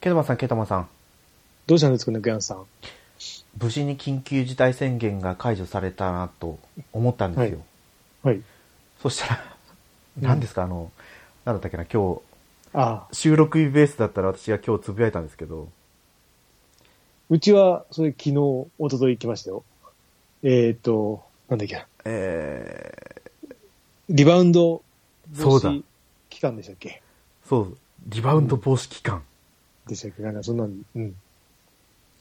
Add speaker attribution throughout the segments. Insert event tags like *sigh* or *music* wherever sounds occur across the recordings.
Speaker 1: ケトマさん、ケトマさん。
Speaker 2: どうしたんですかね、グヤンさん。
Speaker 1: 無事に緊急事態宣言が解除されたなと思ったんですよ。
Speaker 2: はい。
Speaker 1: そしたら、
Speaker 2: うん
Speaker 1: 何ですか、あの、なんだったっけな、今日、
Speaker 2: ああ。
Speaker 1: 収録日ベースだったら私が今日つぶやいたんですけど、
Speaker 2: うちは、それ昨日、一昨日行きましたよ。えーっ、と、なんだっけな。
Speaker 1: え
Speaker 2: リバウンド防
Speaker 1: そうだ
Speaker 2: 止期間でしたっけ
Speaker 1: ー、そう、リバウンド防止期間。
Speaker 2: でしたっけなんかそんなのうん。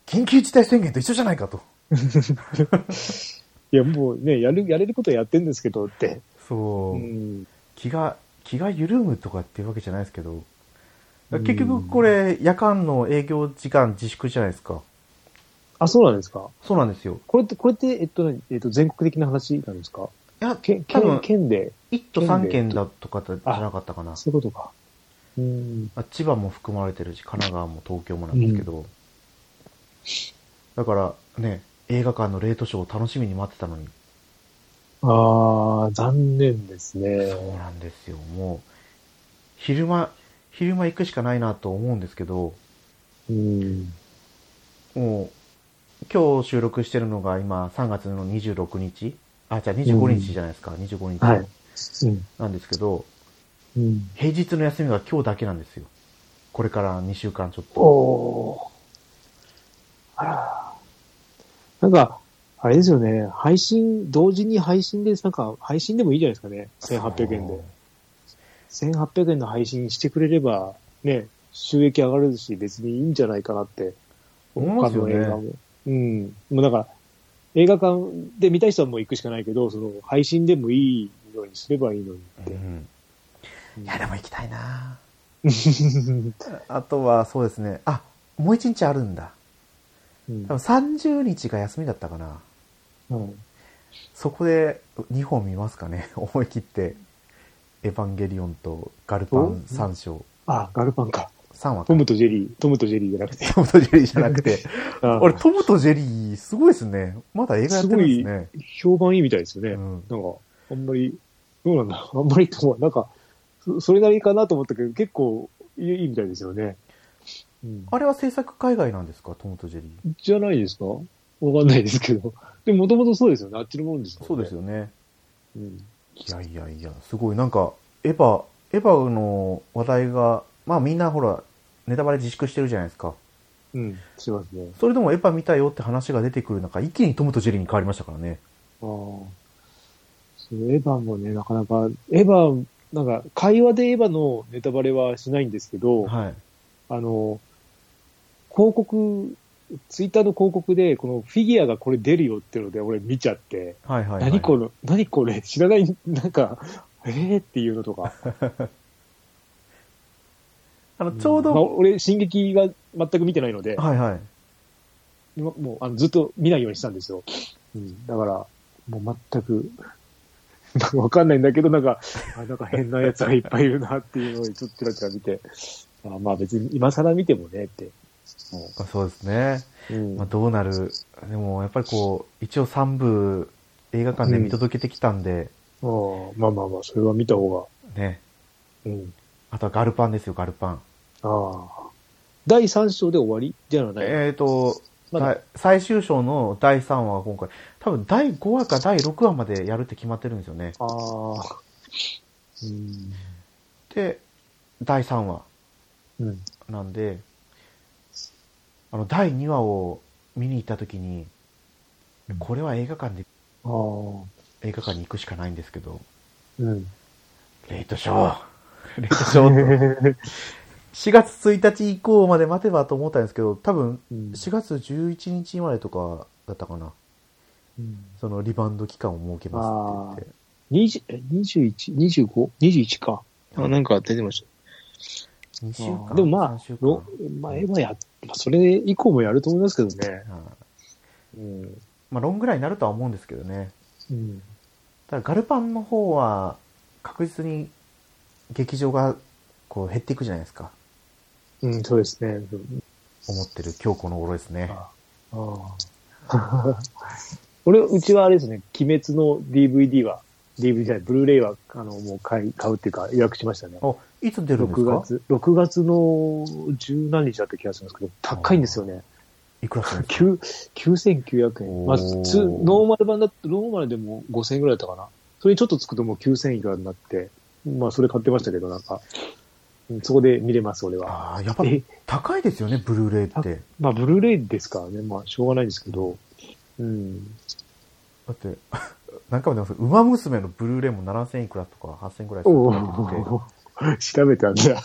Speaker 1: 緊急事態宣言と一緒じゃないかと。
Speaker 2: いや、もうね、やる、やれることはやってんですけどって。
Speaker 1: そう、
Speaker 2: うん。
Speaker 1: 気が、気が緩むとかっていうわけじゃないですけど、結局これ、夜間の営業時間自粛じゃないですか。
Speaker 2: あ、そうなんですか
Speaker 1: そうなんですよ。
Speaker 2: これって、これって、えっと、何えっと、全国的な話なんですか
Speaker 1: いや、
Speaker 2: け
Speaker 1: 多分
Speaker 2: 県、県で、
Speaker 1: 1都3県だとかじゃなかったかな。
Speaker 2: そういうことか。うん。
Speaker 1: あ千葉も含まれてるし、神奈川も東京もなんですけど、だからね、映画館のレートショーを楽しみに待ってたのに、
Speaker 2: ああ、残念ですね。
Speaker 1: そうなんですよ、もう、昼間、昼間行くしかないなと思うんですけど、
Speaker 2: うん。
Speaker 1: もう、今日収録してるのが今、3月の26日、あ、じゃあ25日じゃないですか、25日、
Speaker 2: はいうん。
Speaker 1: なんですけど、
Speaker 2: うん。
Speaker 1: 平日の休みが今日だけなんですよ。これから2週間ちょっ
Speaker 2: お
Speaker 1: と。
Speaker 2: おー。あら。なんか、あれですよね。配信、同時に配信で、なんか、配信でもいいじゃないですかね。1800円で。1800円の配信してくれれば、ね、収益上がるし、別にいいんじゃないかなって。
Speaker 1: 思いますよね
Speaker 2: 他のも。うん。もうだから、映画館で見たい人はもう行くしかないけど、その、配信でもいいようにすればいいのにっ
Speaker 1: う
Speaker 2: て。
Speaker 1: んいや、でも行きたいな
Speaker 2: うん
Speaker 1: あとは、そうですね。あ、もう一日あるんだ。
Speaker 2: うん
Speaker 1: 多分30日が休みだったかな。
Speaker 2: うん
Speaker 1: そこで2本見ますかね。 *laughs* 思い切って。エヴァンゲリオンとガルパン3章。
Speaker 2: あ、ガルパンか。
Speaker 1: 3話か
Speaker 2: ト。ムとジェリー、トムとジェリーじゃなくて。
Speaker 1: トムとジェリーじゃなくて。 *laughs*
Speaker 2: あ
Speaker 1: あれ、トムとジェリー、すごいですね。まだ映画やってるんですね。
Speaker 2: 評判いいみたいですよね。
Speaker 1: うん
Speaker 2: なんか、あんまり、どうなんだろう。 *laughs* あんまりとは、なんか、そそれなりかなと思ったけど、結構いいいいみたいですよね。うん、
Speaker 1: あれは制作海外なんですかトムとジェリー。
Speaker 2: じゃないですかわかんないですけど。 *laughs* でも、もともとそうですよね。あっちのもんですよね。
Speaker 1: そうです
Speaker 2: よ。
Speaker 1: よね。
Speaker 2: うん。
Speaker 1: いやいやいや、すごい。なんか、エヴァ、エヴァの話題が、まあみんなほら、ネタバレ自粛してるじゃないですか。
Speaker 2: うん。しますね。
Speaker 1: それでもエヴァ見たよって話が出てくる中、一気にトムとジェリーに変わりましたからね。
Speaker 2: ああ。そう、エヴァもね、なかなか、エヴァ、なんか、会話でエヴァのネタバレはしないんですけど、
Speaker 1: はい。
Speaker 2: あの、広告、ツイッターの広告で、このフィギュアがこれ出るよっていうので、俺見ちゃって、
Speaker 1: はいはい、はい。
Speaker 2: 何これ、何これ、知らない、なんか、えーっていうのとか。
Speaker 1: あの、ちょう
Speaker 2: まあ
Speaker 1: ど、
Speaker 2: 俺、進撃が全く見てないので、
Speaker 1: はいはい。
Speaker 2: 今もうあのずっと見ないようにしたんですよ。うん、だから、もう全く、 *laughs* なんかわかんないんだけど、なんか、あなんか変なやつがいっぱいいるなっていうのをちょっとちらちら見て、あまあ別に今更見てもねって。
Speaker 1: あそうですね。
Speaker 2: うん
Speaker 1: まあ、どうなる。でも、やっぱりこう、一応3部映画館で見届けてきたんで、
Speaker 2: うんまあまあまあ、それは見た方
Speaker 1: ね。
Speaker 2: が、うん、
Speaker 1: あとはガルパンですよ、ガルパン。
Speaker 2: ああ。第3章で終わりじゃない、
Speaker 1: えっ、ー、と、
Speaker 2: まだ
Speaker 1: だい最終章の第3話は今回、多分第5話か第6話までやるって決まってるんですよね。
Speaker 2: ああ。うん。
Speaker 1: で、第3話
Speaker 2: うん。
Speaker 1: なんで、あの、第2話を見に行った時に、これは映画館で、
Speaker 2: ああ。
Speaker 1: 映画館に行くしかないんですけど、
Speaker 2: うん。
Speaker 1: レイトショー *laughs* レイトショーと4月1日以降まで待てばと思ったんですけど、多分
Speaker 2: *laughs* うん
Speaker 1: 4月11日までとかだったかな。そのリバウンド期間を設けますって言って。
Speaker 2: 20え 21?25?21 21か。あなんか出てまし
Speaker 1: 2週
Speaker 2: た。あ
Speaker 1: 間
Speaker 2: あでもま
Speaker 1: 3
Speaker 2: あ
Speaker 1: 週、間
Speaker 2: ろまあ、エヴァや、まあ、それ以降もやると思いますけどね。
Speaker 1: はい
Speaker 2: うん。
Speaker 1: まあ、ロンぐらいになるとは思うんですけどね。
Speaker 2: うん。
Speaker 1: ただ、ガルパンの方は、確実に劇場がこう減っていくじゃないですか。
Speaker 2: うん、そうですね。
Speaker 1: 思ってる今日この頃ですね。
Speaker 2: あ *laughs* ああ。俺、うちはあれですね、鬼滅の DVD は DVD じゃない、ブルーレイは、あの、もう買い、買うっていうか予約しましたね。
Speaker 1: あ、いつ出るんで
Speaker 2: 6
Speaker 1: すか
Speaker 2: 月、6月の十何日だった気がするんですけど、高いんですよね。
Speaker 1: いくらするんですか
Speaker 2: 9 9900円。まあ、普通、
Speaker 1: おー
Speaker 2: ノーマル版だと、ノーマルでも5000円ぐらいだったかな。それにちょっとつくともう9000円いくらになって、まあ、それ買ってましたけど、なんか、うんそこで見れます、俺は。
Speaker 1: あ
Speaker 2: *laughs*
Speaker 1: あ、やっぱ
Speaker 2: え
Speaker 1: 高いですよね、ブルーレイって。
Speaker 2: まあ、ブルーレイですからね、まあ、しょうがないですけど、うん。
Speaker 1: だって、 *laughs* 何回も出ますけど、ウマ娘のブルーレイも7000いくらとか8000くらいすると
Speaker 2: お
Speaker 1: 思って
Speaker 2: お調べてあんだ。
Speaker 1: い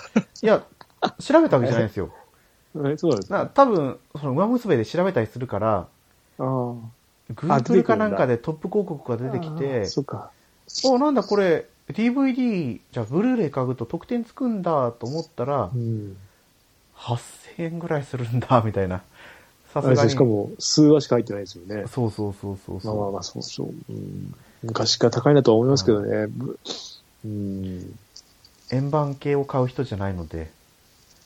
Speaker 1: や、調べたわけじゃないんですよ。
Speaker 2: えそうなんですか。
Speaker 1: な多分、そのウマ娘で調べたりするから、
Speaker 2: あー
Speaker 1: Google かなんかでトップ広告が出てき
Speaker 2: あー
Speaker 1: て、
Speaker 2: そっか。
Speaker 1: お、なんだこれ、DVD、じゃあブルーレイ買うと特典つくんだと思ったら
Speaker 2: う、ん。
Speaker 1: 8000円ぐらいするんだ、みたいな。さ
Speaker 2: あ
Speaker 1: す
Speaker 2: れです
Speaker 1: が
Speaker 2: よ
Speaker 1: に。
Speaker 2: しかも、数話しか入ってないですよね。
Speaker 1: そうそうそうそう
Speaker 2: ま
Speaker 1: そ
Speaker 2: あ
Speaker 1: う。
Speaker 2: まあまあ、そうそう。うん、昔から高いなとは思いますけどね。うん。
Speaker 1: 円盤系を買う人じゃないので、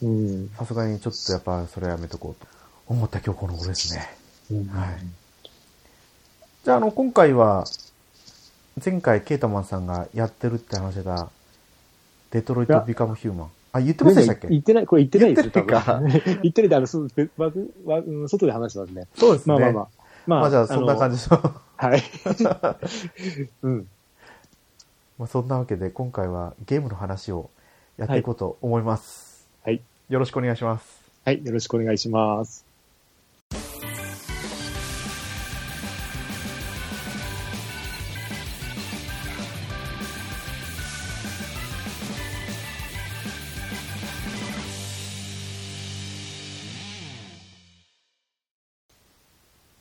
Speaker 2: うん。
Speaker 1: さすがにちょっとやっぱそれはやめとこうと思った今日この頃ですね。
Speaker 2: うん
Speaker 1: はい。じゃあ、あの、今回は、前回、ケータマンさんがやってるって話してた、デトロイト・ビカム・ヒューマン。あ、言ってませんでしたっ
Speaker 2: 言
Speaker 1: け
Speaker 2: ってない、これ言ってないですよ、
Speaker 1: 言
Speaker 2: 多
Speaker 1: ってないか
Speaker 2: 分。 *laughs* 言ってないで、あの、そう別わわうん外で話してますね。
Speaker 1: そうです
Speaker 2: ま
Speaker 1: ね。ま
Speaker 2: あま
Speaker 1: あ
Speaker 2: あ
Speaker 1: ま
Speaker 2: ま
Speaker 1: あ
Speaker 2: あ。まあ、
Speaker 1: じゃあ、そんな感
Speaker 2: じ。
Speaker 1: じの。 *laughs*
Speaker 2: はい。 *laughs* うん。
Speaker 1: まあ、そんなわけで、今回はゲームの話をやっていこうと思います。
Speaker 2: はい。
Speaker 1: よろしくお願いします。
Speaker 2: はい、よろしくお願いします。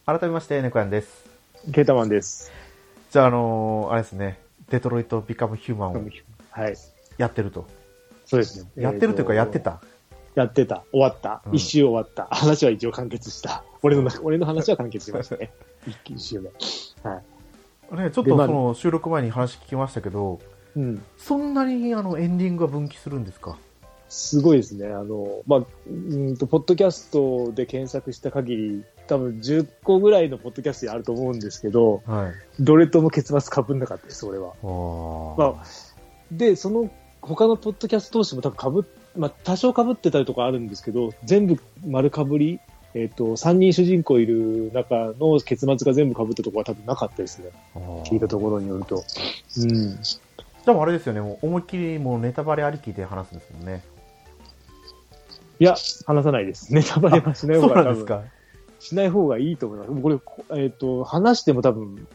Speaker 1: 改めまして、ネコヤンです。
Speaker 2: ケータマンです。
Speaker 1: じゃあ、あのーあれですね、デトロイト・ビカム・ヒューマンを
Speaker 2: はい。
Speaker 1: やってると。
Speaker 2: そうですね。
Speaker 1: やってるというか、やって
Speaker 2: えーと。
Speaker 1: た。
Speaker 2: やってた。終わった
Speaker 1: う。ん
Speaker 2: 一周終わった。話は一応完結した。俺
Speaker 1: *laughs*
Speaker 2: の中、俺の話は完結しましたね。一気に一周目。はい。
Speaker 1: ね、ちょっと
Speaker 2: で
Speaker 1: そ
Speaker 2: まあ
Speaker 1: の収録前に話聞きましたけど、
Speaker 2: うん。
Speaker 1: そんなにあのエンディングは分岐するんですか
Speaker 2: すごいですね。あの、まあ、うーんと、ポッドキャストで検索した限り、多分10個ぐらいのポッドキャストにあると思うんですけど、
Speaker 1: はい。
Speaker 2: どれとも結末かぶんなかったです、俺は。
Speaker 1: あ
Speaker 2: で、その他のポッドキャスト同士も多分かぶっ、まあ、多少かぶってたりとかあるんですけど、全部丸かぶり、えっ、と、3人主人公いる中の結末が全部かぶったところは多分なかったですね。聞いた
Speaker 1: ー。
Speaker 2: ところによると。うん。
Speaker 1: でもあれですよね、もう思いっきりもうネタバレありきで話すんですもんね。
Speaker 2: いや、話さないです。ネタバレはしない
Speaker 1: そ
Speaker 2: 方
Speaker 1: う
Speaker 2: が *laughs*
Speaker 1: なん
Speaker 2: 多
Speaker 1: です
Speaker 2: 分
Speaker 1: か。
Speaker 2: しない方がいいと思います。もうこれこ、えっ、と、話しても多分、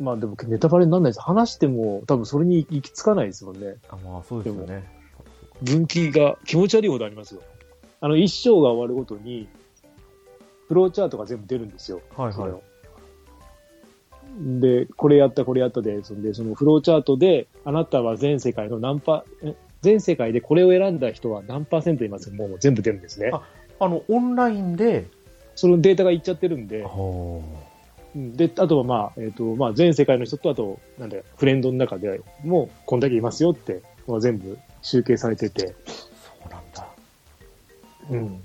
Speaker 2: まあでもネタバレにならないです。話しても多分それに行き着かないですもんね。
Speaker 1: あまあそうですよね。
Speaker 2: 分岐が気持ち悪いほどありますよ。あの、一章が終わるごとに、フローチャートが全部出るんですよ。
Speaker 1: はい
Speaker 2: そ
Speaker 1: は
Speaker 2: れ
Speaker 1: い。
Speaker 2: をで、これやった、これやったで、そんで、そのフローチャートで、あなたは全世界の何パ、え全世界でこれを選んだ人は何パーセントいますもう全部出るんですね
Speaker 1: あ。あの、オンラインで、
Speaker 2: そのデータがいっちゃってるんで、
Speaker 1: ほ
Speaker 2: うんで、あとはまあ、えっ、と、まあ全世界の人と、あと、なんだよ、フレンドの中でも、こんだけいますよって、まあ、全部集計されてて、
Speaker 1: うそうなんだ。
Speaker 2: うん。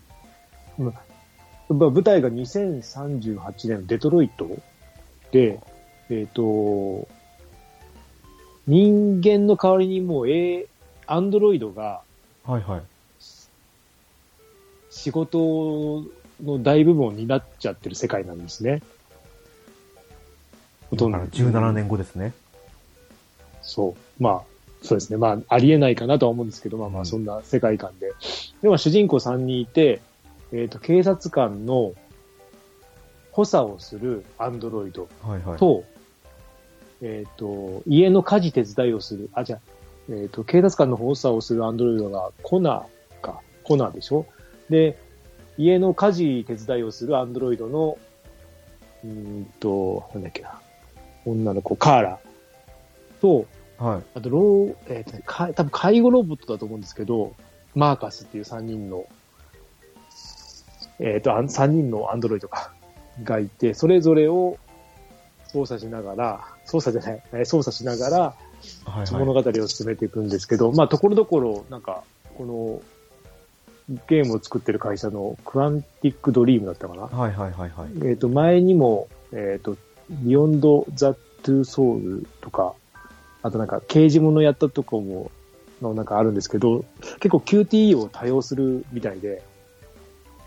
Speaker 2: まあ、まあ舞台が2038年のデトロイトで、えっ、と、人間の代わりにもう、えアンドロイドが
Speaker 1: はいはい。
Speaker 2: 仕事の大部分を担っちゃってる世界なんですね。ほとんど。
Speaker 1: だから17年後ですね。
Speaker 2: そう。まあ、そうですね。まあ、ありえないかなとは思うんですけど、まあま
Speaker 1: う
Speaker 2: あ、
Speaker 1: ん
Speaker 2: そんな世界観で。でも、主人公3人いて、えっ、と、警察官の補佐をするアンドロイド
Speaker 1: はいはい。
Speaker 2: と、えっ、と、家の家事手伝いをする、あ、じゃあえっ、と、警察官の補佐をするアンドロイドがコナーか、コナーでしょで、家の家事手伝いをするアンドロイドの、うーんと、なんだっけな、女の子、カーラと、
Speaker 1: はい。
Speaker 2: あと、老、えーとねか、多分介護ロボットだと思うんですけど、マーカスっていう3人の、えっ、と、あん3人のアンドロイドか、がいて、それぞれを操作しながら、操作じゃない、えー操作しながら、
Speaker 1: はいはい。
Speaker 2: 物語を進めていくんですけど、まあ、ところどころ、なんか、この、ゲームを作ってる会社のクアンティックドリームだったかな。
Speaker 1: はいはいはいはい。
Speaker 2: えっ、と、前にも、えっ、と、ビヨンド・ザ・トゥ・ソウルとか、あとなんか刑事物やったとこも、のなんかあるんですけど、結構 QTE を多用するみたいで、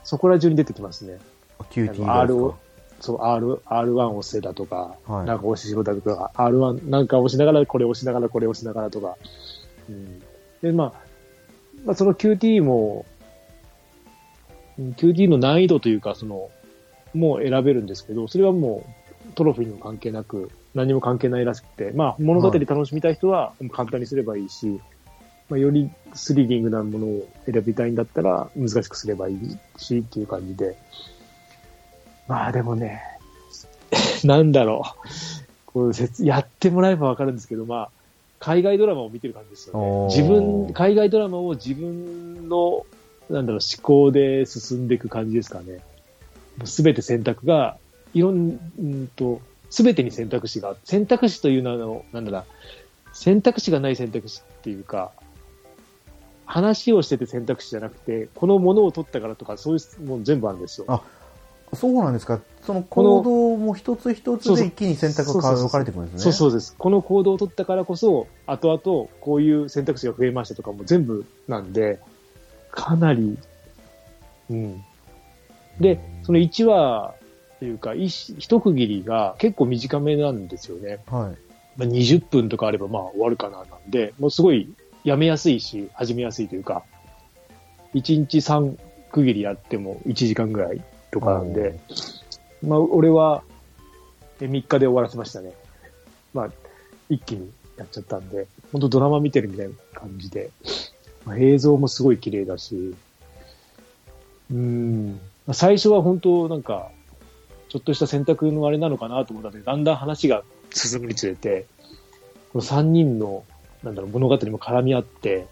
Speaker 2: そこら中に出てきますね。
Speaker 1: QT が
Speaker 2: あの
Speaker 1: です
Speaker 2: RO そう、R、R1 押せだとか、
Speaker 1: はい
Speaker 2: なんか押し仕事だとか、R1 なんか押しながら、これ押しながら、これ押しながらとか。うん、で、まあ、まあ、その QT も、うん QT の難易度というか、その、もう選べるんですけど、それはもうトロフィーにも関係なく、何も関係ないらしくて、まあ、物語楽しみたい人はもう簡単にすればいいし、まあ、よりスリリングなものを選びたいんだったら難しくすればいいしっていう感じで。まあでもね、 *laughs* なんだろう。こう説やってもらえばわかるんですけど、まあ、海外ドラマを見てる感じですよね
Speaker 1: お。ー
Speaker 2: 自分、海外ドラマを自分の、なんだろう、思考で進んでいく感じですかね。すべて選択が、いろん、うんと、すべてに選択肢があって、選択肢というのは、あのなんだろう、選択肢がない選択肢っていうか、話をしてて選択肢じゃなくて、このものを取ったからとか、そういうもん全部あるんですよ。
Speaker 1: あそうなんですか。その行動も一つ一つで一気に選択が変わ
Speaker 2: そうそうそう
Speaker 1: 分かれてくるんです
Speaker 2: そ
Speaker 1: ね。
Speaker 2: うそうです。この行動を取ったからこそ、後々こういう選択肢が増えましたとかも全部なんで、かなり、うん。で、その1話というか、一一区切りが結構短めなんですよね。
Speaker 1: はい。
Speaker 2: まあ、20分とかあればまあ終わるかななんで、もうすごいやめやすいし、始めやすいというか、1日3区切りやっても1時間ぐらいとかなんで、まあ俺は3日で終わらせましたね。まあ一気にやっちゃったんで、本当ドラマ見てるみたいな感じで、まあ、映像もすごい綺麗だし、うん、まあ最初は本当なんか、ちょっとした選択のあれなのかなと思ったんで、だんだん話が進むにつれて、この3人の、なんだろう、物語も絡み合って、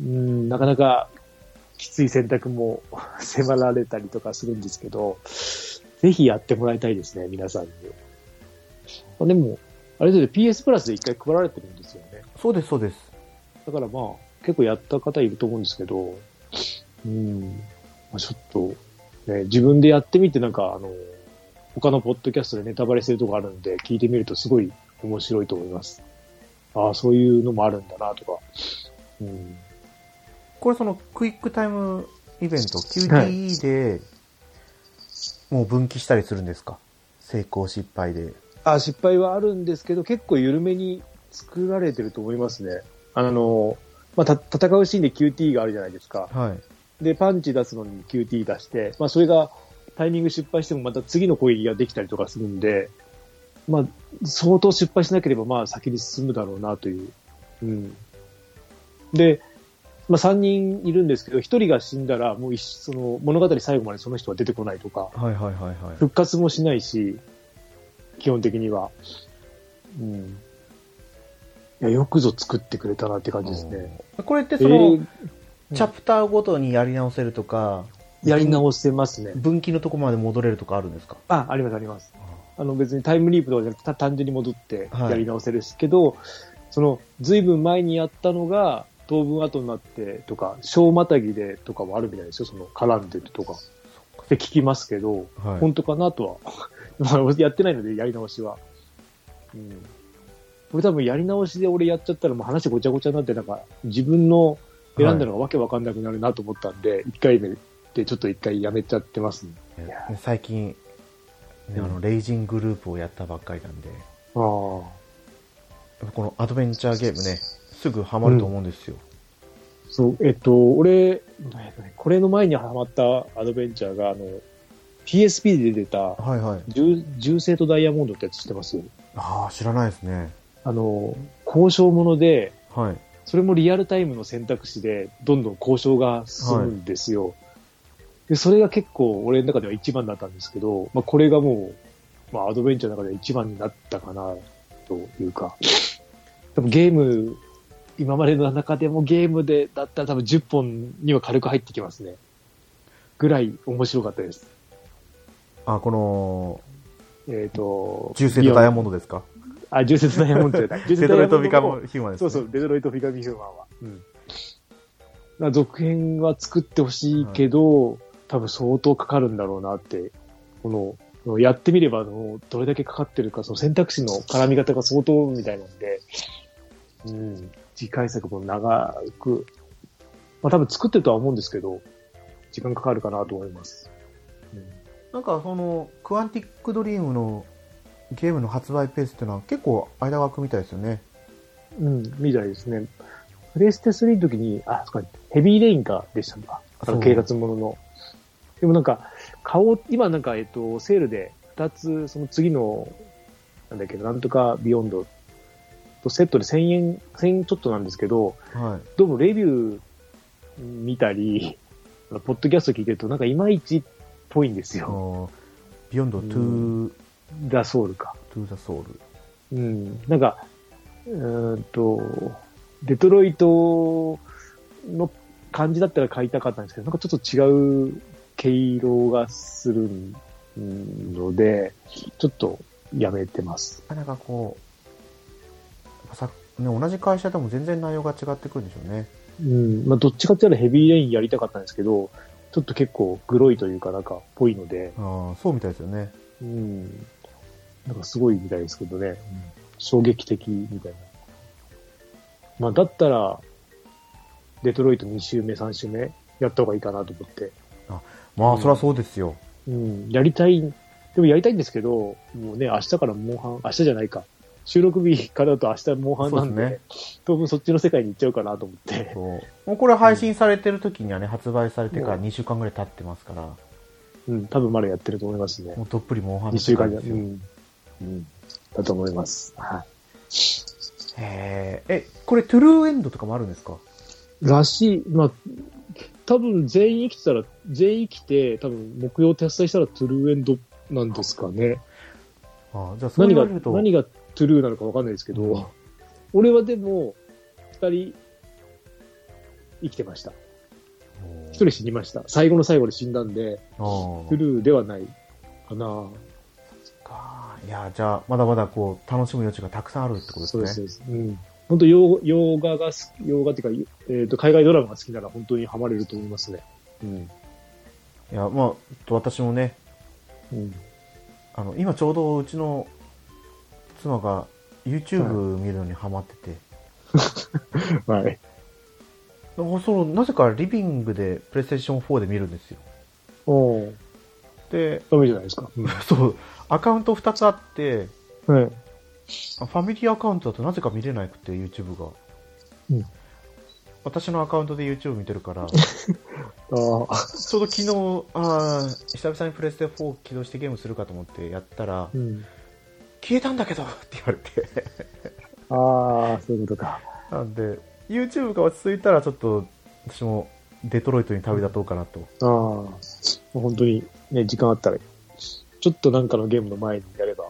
Speaker 2: うーん、なかなかきつい選択も迫られたりとかするんですけど、ぜひやってもらいたいですね、皆さんに。あでも、あれですよね PS プラスで一回配られてるんですよね。
Speaker 1: そうです、そうです。
Speaker 2: だからまあ、結構やった方いると思うんですけど、うん、まあ、ちょっと、ね、自分でやってみてなんか、あの、他のポッドキャストでネタバレしてるとこあるんで、聞いてみるとすごい面白いと思います。ああ、そういうのもあるんだな、とか。うん。
Speaker 1: これそのクイックタイムイベント、
Speaker 2: はい
Speaker 1: QTE で、もう分岐したりするんですか成功失敗で。
Speaker 2: あ失敗はあるんですけど、結構緩めに作られてると思いますね。あの、まあ、た戦うシーンで QT があるじゃないですか。
Speaker 1: はい。
Speaker 2: で、パンチ出すのに QT 出して、まあ、それがタイミング失敗してもまた次の攻撃ができたりとかするんで、まあ、相当失敗しなければ、まあ、先に進むだろうなという。うん。で、まあ、3人いるんですけど、1人が死んだら、もう一緒、その、物語最後までその人は出てこないとか、
Speaker 1: はいはいはいはい。
Speaker 2: 復活もしないし、基本的には。うん。いや、よくぞ作ってくれたなって感じですね。
Speaker 1: これって
Speaker 2: え
Speaker 1: その、
Speaker 2: ーうん
Speaker 1: チャプターごとにやり直せるとか、
Speaker 2: やり直せますね。
Speaker 1: 分岐のとこまで戻れるとかあるんですか
Speaker 2: あ、ありますあります。あの別にタイムリープとかじゃなくてた単純に戻ってやり直せるですけど、その随分前にやったのが当分後になってとか、小またぎでとかもあるみたいですよ、その絡んでるとか。って聞きますけど、
Speaker 1: はい
Speaker 2: 本当かなとは。 *laughs* まあやってないのでやり直しは。うん。これ多分やり直しで俺やっちゃったらもう話ごちゃごちゃになって、なんか自分の選んだのがわけわかんなくなるなと思ったんで、一回目でちょっと一回やめちゃってますね。
Speaker 1: ね最近、ねあ
Speaker 2: う
Speaker 1: の、レイジングループをやったばっかりなんで、
Speaker 2: ああ。
Speaker 1: このアドベンチャーゲームね、すぐハマると思うんですよ。
Speaker 2: そう、えっと、俺、なんやったねこれの前にハマったアドベンチャーが、あの、PSP で出た、
Speaker 1: はいはい。
Speaker 2: 銃銃声とダイヤモンドってやつ知ってます
Speaker 1: ああ、知らないですね。
Speaker 2: あの、交渉もので、
Speaker 1: はい。
Speaker 2: それもリアルタイムの選択肢で、どんどん交渉が進むんですよ。で、それが結構、俺の中では一番だったんですけど、まあ、これがもう、まあ、アドベンチャーの中では一番になったかな、というか。多分ゲーム、今までの中でもゲームで、だったら多分10本には軽く入ってきますね。ぐらい面白かったです。
Speaker 1: あ、この、
Speaker 2: えっ、と、
Speaker 1: 銃声とダイヤ
Speaker 2: モン
Speaker 1: モンドですか
Speaker 2: ド。あ、重説ダイヤモンドじゃない。重
Speaker 1: デト
Speaker 2: 説ダイ
Speaker 1: ロ
Speaker 2: ヤ
Speaker 1: イト
Speaker 2: モ
Speaker 1: *laughs*
Speaker 2: ン
Speaker 1: ビ
Speaker 2: ド
Speaker 1: カ
Speaker 2: も
Speaker 1: ムヒューマンです
Speaker 2: そ
Speaker 1: ね。
Speaker 2: うそう、デトロイト・ビカミン・ヒューマンは。うん。だから続編は作ってほしいけど、多分相当かかるんだろうなって、このやってみれば、あのどれだけかかってるか、その選択肢の絡み方が相当みたいなんで、うん、次回作も長く、まあ多分作ってるとは思うんですけど、時間かかるかなと思います。うん
Speaker 1: なんかその、クアンティックドリームのゲームの発売ペースっていうのは結構間が空くみたいですよね。
Speaker 2: うん、みたいですね。プレステ3の時に、あ、そっか、ヘビーレインかでしたか。あ
Speaker 1: そ
Speaker 2: の
Speaker 1: う
Speaker 2: 警察ものの。でもなんか、顔、今なんか、えっと、セールで2つ、その次の、なんだっけど、なんとかビヨンドとセットで1000円、1000円ちょっとなんですけど、
Speaker 1: はい。
Speaker 2: どうもレビュー見たり、あのポッドキャスト聞いてると、なんかいまいちっぽいんです
Speaker 1: あ
Speaker 2: よ。
Speaker 1: のビヨンドトゥ
Speaker 2: う
Speaker 1: ー、
Speaker 2: ダソウルか。
Speaker 1: トゥーザソウル。
Speaker 2: うん、なんか、うーんと、デトロイトの感じだったら買いたかったんですけど、なんかちょっと違う毛色がするうんので、ちょっとやめてます。
Speaker 1: なんかこう、さね、同じ会社でも全然内容が違ってくるんでしょうね。
Speaker 2: うん、まあどっちかっていうとヘビーレインやりたかったんですけど、ちょっと結構グロいというかなんかぽいので、
Speaker 1: ああ、そうみたいですよね。
Speaker 2: うん、なんかすごいみたいですけどね、衝撃的みたいな。まあ、だったら、デトロイト2周目、3周目、やった方がいいかなと思って。
Speaker 1: まあ、
Speaker 2: うん
Speaker 1: そりゃそうですよ。
Speaker 2: うん、やりたい、でもやりたいんですけど、もうね、明日からモンハン、明日じゃないか。収録日からだと明日モンハンなんで、
Speaker 1: そうで
Speaker 2: 当分そっちの世界に行っちゃうかなと思って。
Speaker 1: そうもうこれ配信されてる時にはね、発売されてから
Speaker 2: うん
Speaker 1: 2週間ぐらい経ってますから、
Speaker 2: うん、多分まだやってると思いますね
Speaker 1: も。うどっぷりモンハン
Speaker 2: 2
Speaker 1: の
Speaker 2: 週
Speaker 1: 世
Speaker 2: 間
Speaker 1: 界です
Speaker 2: じゃ、う
Speaker 1: よ。
Speaker 2: ん。うん。だと思います。は
Speaker 1: へ
Speaker 2: い。
Speaker 1: え、え、これトゥルーエンドとかもあるんですから
Speaker 2: しい、まあ、多分全員生きてたら、全員生きて、多分目標を達成したらトゥルーエンドなんですかね。
Speaker 1: ああ、じゃあそう
Speaker 2: 何
Speaker 1: 言わ
Speaker 2: が、
Speaker 1: れると、
Speaker 2: 何がトゥルーなのかわかんないですけど、
Speaker 1: うん
Speaker 2: 俺はでも、二人、生きてました。
Speaker 1: おー
Speaker 2: 一人死にました。最後の最後で死んだんで、
Speaker 1: あー
Speaker 2: トゥルーではないかな。
Speaker 1: かいや、じゃあ、まだまだこう、楽しむ余地がたくさんあるってことです
Speaker 2: そう
Speaker 1: ね。
Speaker 2: です、そうです。うん。本当洋、洋画が好き、洋画っていうか、えーと、海外ドラマが好きなら本当にハマれると思いますね。うん。
Speaker 1: いや、まあ、私もね、 *laughs*
Speaker 2: うん。
Speaker 1: あの、今ちょうどうちの妻が YouTube 見るのにハマってて、
Speaker 2: はい。
Speaker 1: なんかそのなぜかリビングでプレイステーション4で見るんですよ。
Speaker 2: おー
Speaker 1: で、
Speaker 2: ダメじゃないですか。
Speaker 1: *laughs*
Speaker 2: うん
Speaker 1: そう、アカウント2つあって、
Speaker 2: はい。
Speaker 1: あファミリーアカウントだとなぜか見れなくて、YouTube が。
Speaker 2: うん
Speaker 1: 私のアカウントで YouTube 見てる
Speaker 2: *laughs*
Speaker 1: から、ち
Speaker 2: ああ、
Speaker 1: ょうど昨日、あー久々にプレステ4起動してゲームするかと思ってやったら、
Speaker 2: うん。
Speaker 1: 消えたんだけどって言われて。 *laughs*
Speaker 2: ああ、そういうことか。
Speaker 1: なんで、YouTube が落ち着いたらちょっと、私もデトロイトに旅立とうかなと。
Speaker 2: ああ、もう本当にね、時間あったら、ちょっとなんかのゲームの前にやれば、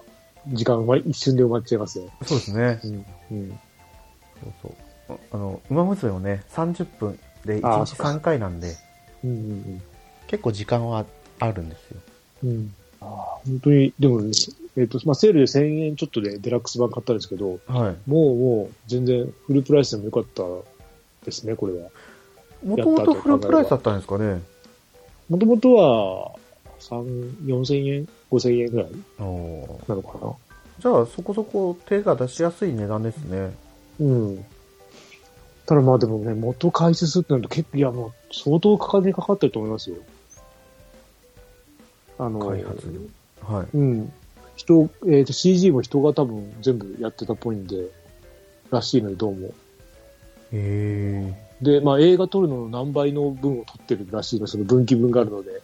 Speaker 2: 時間は一瞬で埋まっちゃいますね。
Speaker 1: そうですね。
Speaker 2: うん。うん。
Speaker 1: そうそう。ああの、馬娘もね、30分で
Speaker 2: あ
Speaker 1: 1
Speaker 2: ー
Speaker 1: 日
Speaker 2: そっか
Speaker 1: 3回なんで、
Speaker 2: うんうん
Speaker 1: 結構時間はあるんですよ。
Speaker 2: うん。うん。ああ、本当に、でもね、えっ、と、まあ、セールで1000円ちょっとでデラックス版買ったんですけど、
Speaker 1: はい。
Speaker 2: もうもう全然フルプライスでもよかったですね、これは。
Speaker 1: もともとフルプライスだったんですかね。
Speaker 2: もともとは、3、4000円 ?5000 円ぐらい
Speaker 1: おー
Speaker 2: なのかな
Speaker 1: じゃあそこそこ手が出しやすい値段ですね。
Speaker 2: うん。ただまあでもね、元開設するってなると結構、いやもう相当かかりかかってると思いますよ。あの、
Speaker 1: 開発はい。
Speaker 2: うん。人、えっ、と CG も人が多分全部やってたっぽいんで、らしいのよ、どうも。
Speaker 1: へ
Speaker 2: で、まあ映画撮るのの何倍の分を撮ってるらしいの、その分岐分があるので、